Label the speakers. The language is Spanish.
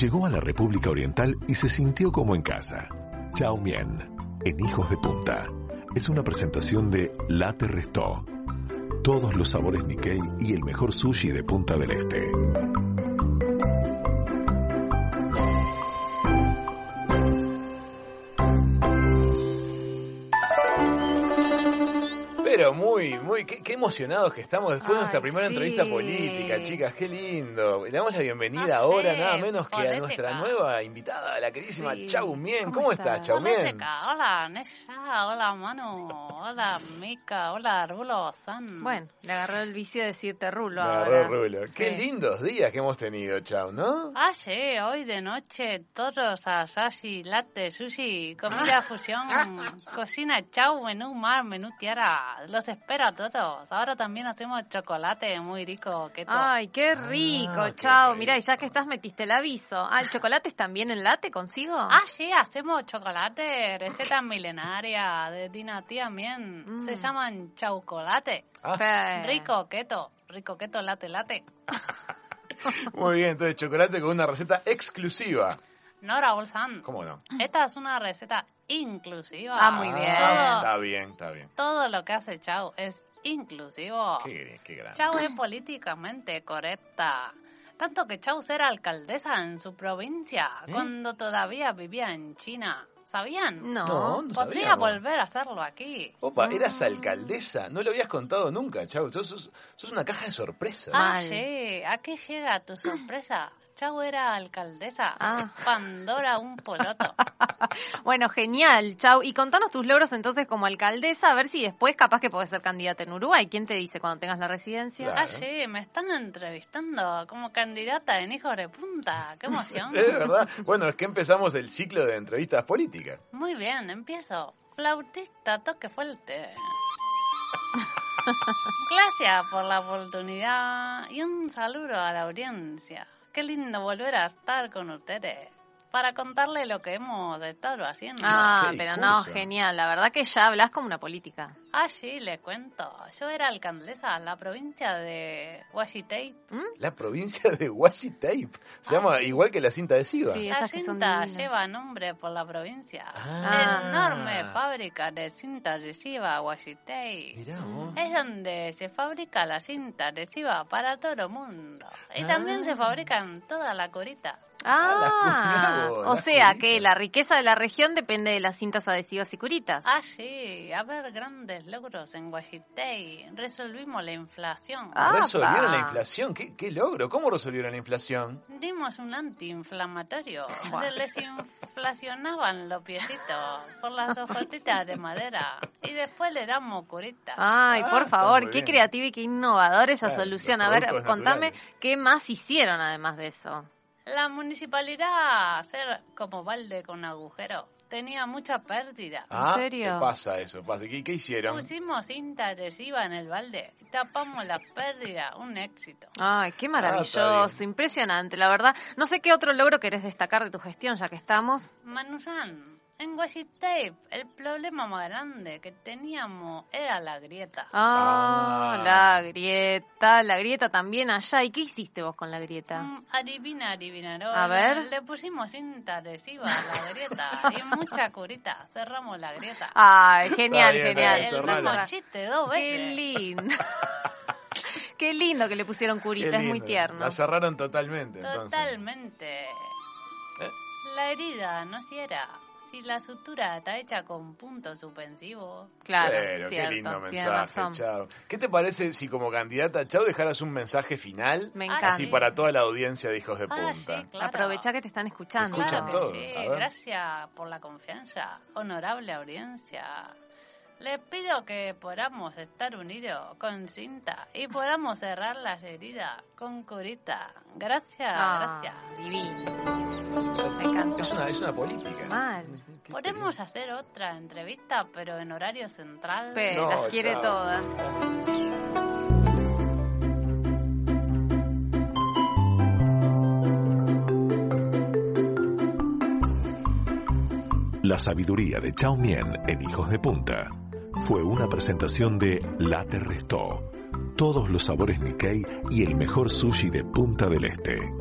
Speaker 1: Llegó a la República Oriental y se sintió como en casa. Chao Mien, en Hijos de Punta. Es una presentación de La Terrestó. Todos los sabores Nikkei y el mejor sushi de Punta del Este.
Speaker 2: Pero muy, muy, qué, qué emocionados que estamos después de nuestra
Speaker 3: Ay,
Speaker 2: primera
Speaker 3: sí. Ah,
Speaker 2: entrevista política, chicas, qué lindo. Le damos la bienvenida
Speaker 3: Ayer,
Speaker 2: ahora nada menos que a
Speaker 4: ponete
Speaker 2: nuestra
Speaker 4: acá.
Speaker 2: nueva invitada, la queridísima
Speaker 3: Sí.
Speaker 2: Chau Mien. ¿Cómo,
Speaker 3: ¿Cómo
Speaker 2: estás,
Speaker 3: estás?
Speaker 2: Chau
Speaker 4: Hola,
Speaker 2: Mien?
Speaker 4: Teca. Hola, Nesha. Hola, Manu. Hola, Mica. Hola, Rulo. San.
Speaker 3: Bueno, le agarró el vicio de decirte rulo
Speaker 2: Me agarró
Speaker 3: ahora.
Speaker 2: el rulo. Qué
Speaker 3: Sí.
Speaker 2: lindos días que hemos tenido, Chau, ¿no?
Speaker 4: Ah, sí, hoy de noche toros, asashi, latte, sushi, comida fusión, cocina chau, menú mar, menú tierra. Los espero a todos. Ahora también hacemos chocolate muy rico. Keto.
Speaker 3: Ay, qué rico,
Speaker 2: Ah, qué
Speaker 3: chao.
Speaker 2: rico.
Speaker 3: Mirá, y ya que estás metiste el aviso. Ah, ¿el chocolate es también en late consigo?
Speaker 4: Ah, sí, hacemos chocolate, receta milenaria de Dinatía también. Se
Speaker 3: Mm. Eh.
Speaker 4: llaman chaucolate.
Speaker 2: Ah,
Speaker 3: Fe.
Speaker 4: Rico, keto. Rico, keto, late, late.
Speaker 2: Muy bien, entonces chocolate con una receta exclusiva.
Speaker 4: No, Raúl San.
Speaker 2: ¿Cómo no?
Speaker 4: Esta es una receta inclusiva.
Speaker 3: Ah, muy bien.
Speaker 2: Está bien, está bien.
Speaker 4: Todo lo que hace Chau es
Speaker 3: Oh.
Speaker 4: inclusivo.
Speaker 2: Qué, gran- qué grande.
Speaker 4: Chau es políticamente correcta. Tanto que Chau era alcaldesa en su provincia
Speaker 2: ¿Eh?
Speaker 4: cuando todavía vivía en China. ¿Sabían?
Speaker 3: No.
Speaker 2: No, no
Speaker 4: Podría
Speaker 2: sabíamos.
Speaker 4: volver a hacerlo aquí.
Speaker 2: Opa,
Speaker 3: Ah.
Speaker 2: eras alcaldesa. No lo habías contado nunca, Chau. Sos, sos- sos una caja de sorpresas.
Speaker 4: Ah,
Speaker 3: Mal.
Speaker 4: sí. Aquí llega tu sorpresa. Chau era alcaldesa.
Speaker 3: Ah.
Speaker 4: Pandora un poloto.
Speaker 3: Bueno, genial, chao. Y contanos tus logros entonces como alcaldesa, a ver si después capaz que podés ser candidata en Uruguay. ¿Quién te dice cuando tengas la residencia?
Speaker 2: Claro.
Speaker 4: Ah, sí, me están entrevistando como candidata en Hijos de Punta. ¡Qué emoción!
Speaker 2: Es verdad. Bueno, es que empezamos el ciclo de entrevistas políticas.
Speaker 4: Muy bien, empiezo. Flautista, toque fuerte. Gracias por la oportunidad y un saludo a la audiencia. Qué lindo volver a estar con ustedes para contarle lo que hemos estado haciendo.
Speaker 3: Ah,
Speaker 2: Qué
Speaker 3: pero no,
Speaker 2: discurso.
Speaker 3: genial. La verdad que ya hablas como una política.
Speaker 4: Ah, sí, le cuento. Yo era alcaldesa en la provincia de Huachitei.
Speaker 2: La provincia de Washi Tape. Se
Speaker 4: Ah,
Speaker 2: llama
Speaker 4: sí.
Speaker 2: igual que la cinta adhesiva.
Speaker 3: Sí.
Speaker 4: La
Speaker 3: esas que son
Speaker 4: cinta
Speaker 3: divinas.
Speaker 4: lleva nombre por la provincia.
Speaker 2: Ah.
Speaker 4: Enorme fábrica de cinta adhesiva Huachitei.
Speaker 2: Mirá vos.
Speaker 3: Eh,
Speaker 4: Es donde se fabrica la cinta adhesiva para todo el mundo. Y también
Speaker 2: Ah.
Speaker 4: se fabrican toda la curita.
Speaker 2: Ah, la
Speaker 3: Ah,
Speaker 2: curita, vos,
Speaker 3: o
Speaker 2: la
Speaker 3: sea
Speaker 2: curita.
Speaker 3: que la riqueza de la región depende de las cintas adhesivas y curitas.
Speaker 4: Ah, sí, a ver grandes logros en Guajitei. Resolvimos la inflación.
Speaker 3: Ah.
Speaker 2: Resolvieron
Speaker 3: pa.
Speaker 2: la inflación. ¿Qué, qué logro? ¿Cómo resolvieron la inflación?
Speaker 4: Dimos un antiinflamatorio.
Speaker 3: Buah.
Speaker 4: Se les inflacionaban los piecitos por las hojotitas de madera. Y después le damos curita.
Speaker 3: Ay,
Speaker 2: Ah,
Speaker 3: por
Speaker 2: está
Speaker 3: favor,
Speaker 2: muy
Speaker 3: qué
Speaker 2: bien.
Speaker 3: creativa y qué innovadora esa
Speaker 2: Claro,
Speaker 3: solución.
Speaker 2: los
Speaker 3: A ver,
Speaker 2: productos
Speaker 3: contame
Speaker 2: naturales.
Speaker 3: qué más hicieron además de eso.
Speaker 4: La municipalidad, ser como balde con agujero, tenía mucha pérdida.
Speaker 2: Ah,
Speaker 3: serio?
Speaker 2: ¿Qué pasa eso? Pasa- ¿Qué, qué hicieron?
Speaker 4: Pusimos cinta adhesiva en el balde, tapamos la pérdida, un éxito.
Speaker 3: Ay, qué
Speaker 2: Ah,
Speaker 3: maravilloso,
Speaker 2: está
Speaker 3: impresionante, la verdad. No sé qué otro logro querés destacar de tu gestión, ya que estamos.
Speaker 4: Manusan, en Guachitape, el problema más grande que teníamos era la grieta.
Speaker 3: Ah,
Speaker 2: Ah.
Speaker 3: la grieta, la grieta también allá. ¿Y qué hiciste vos con la grieta?
Speaker 4: Mm, Adivina, adivinador.
Speaker 3: A ver.
Speaker 4: Le pusimos cinta adhesiva a la grieta y mucha curita. Cerramos la grieta.
Speaker 3: Ay, genial,
Speaker 2: bien, está bien,
Speaker 3: genial.
Speaker 4: el
Speaker 2: Eh,
Speaker 4: ¿eh?
Speaker 2: cerrala.
Speaker 4: mismo chiste dos
Speaker 3: Ah, Qué
Speaker 4: veces.
Speaker 3: lindo. qué lindo que le pusieron curita,
Speaker 2: Qué
Speaker 3: es muy
Speaker 2: lindo.
Speaker 3: tierno.
Speaker 2: La cerraron totalmente. entonces.
Speaker 4: Totalmente.
Speaker 2: ¿eh?
Speaker 4: La herida no cierra. Si la sutura está hecha con puntos suspensivos.
Speaker 3: Claro,
Speaker 2: Pero,
Speaker 3: cierto,
Speaker 2: qué lindo
Speaker 3: tiene
Speaker 2: mensaje,
Speaker 3: razón.
Speaker 2: Chao. ¿Qué te parece si como candidata Chao dejaras un mensaje final?
Speaker 3: Me
Speaker 4: Ah,
Speaker 3: encanta.
Speaker 2: Así para toda la audiencia de Hijos de
Speaker 4: Ah,
Speaker 2: Punta.
Speaker 4: sí, claro.
Speaker 3: Aprovecha que te están escuchando.
Speaker 2: Escuchan
Speaker 4: Claro que
Speaker 2: todo, a
Speaker 4: sí,
Speaker 2: ver.
Speaker 4: gracias por la confianza, honorable audiencia. Les pido que podamos estar unidos con cinta y podamos cerrar las heridas con curita. Gracias,
Speaker 3: Ah,
Speaker 4: gracias.
Speaker 3: divino.
Speaker 2: Me
Speaker 3: encanta.
Speaker 2: Es una, es una política.
Speaker 3: Mal.
Speaker 2: Qué
Speaker 4: Podemos hacer otra entrevista, pero en horario central.
Speaker 3: Pe,
Speaker 2: No,
Speaker 3: las quiere
Speaker 2: chao.
Speaker 3: todas.
Speaker 1: La sabiduría de Chao Mien en Hijos de Punta fue una presentación de La Terrestó. Todos los sabores Nikkei y el mejor sushi de Punta del Este.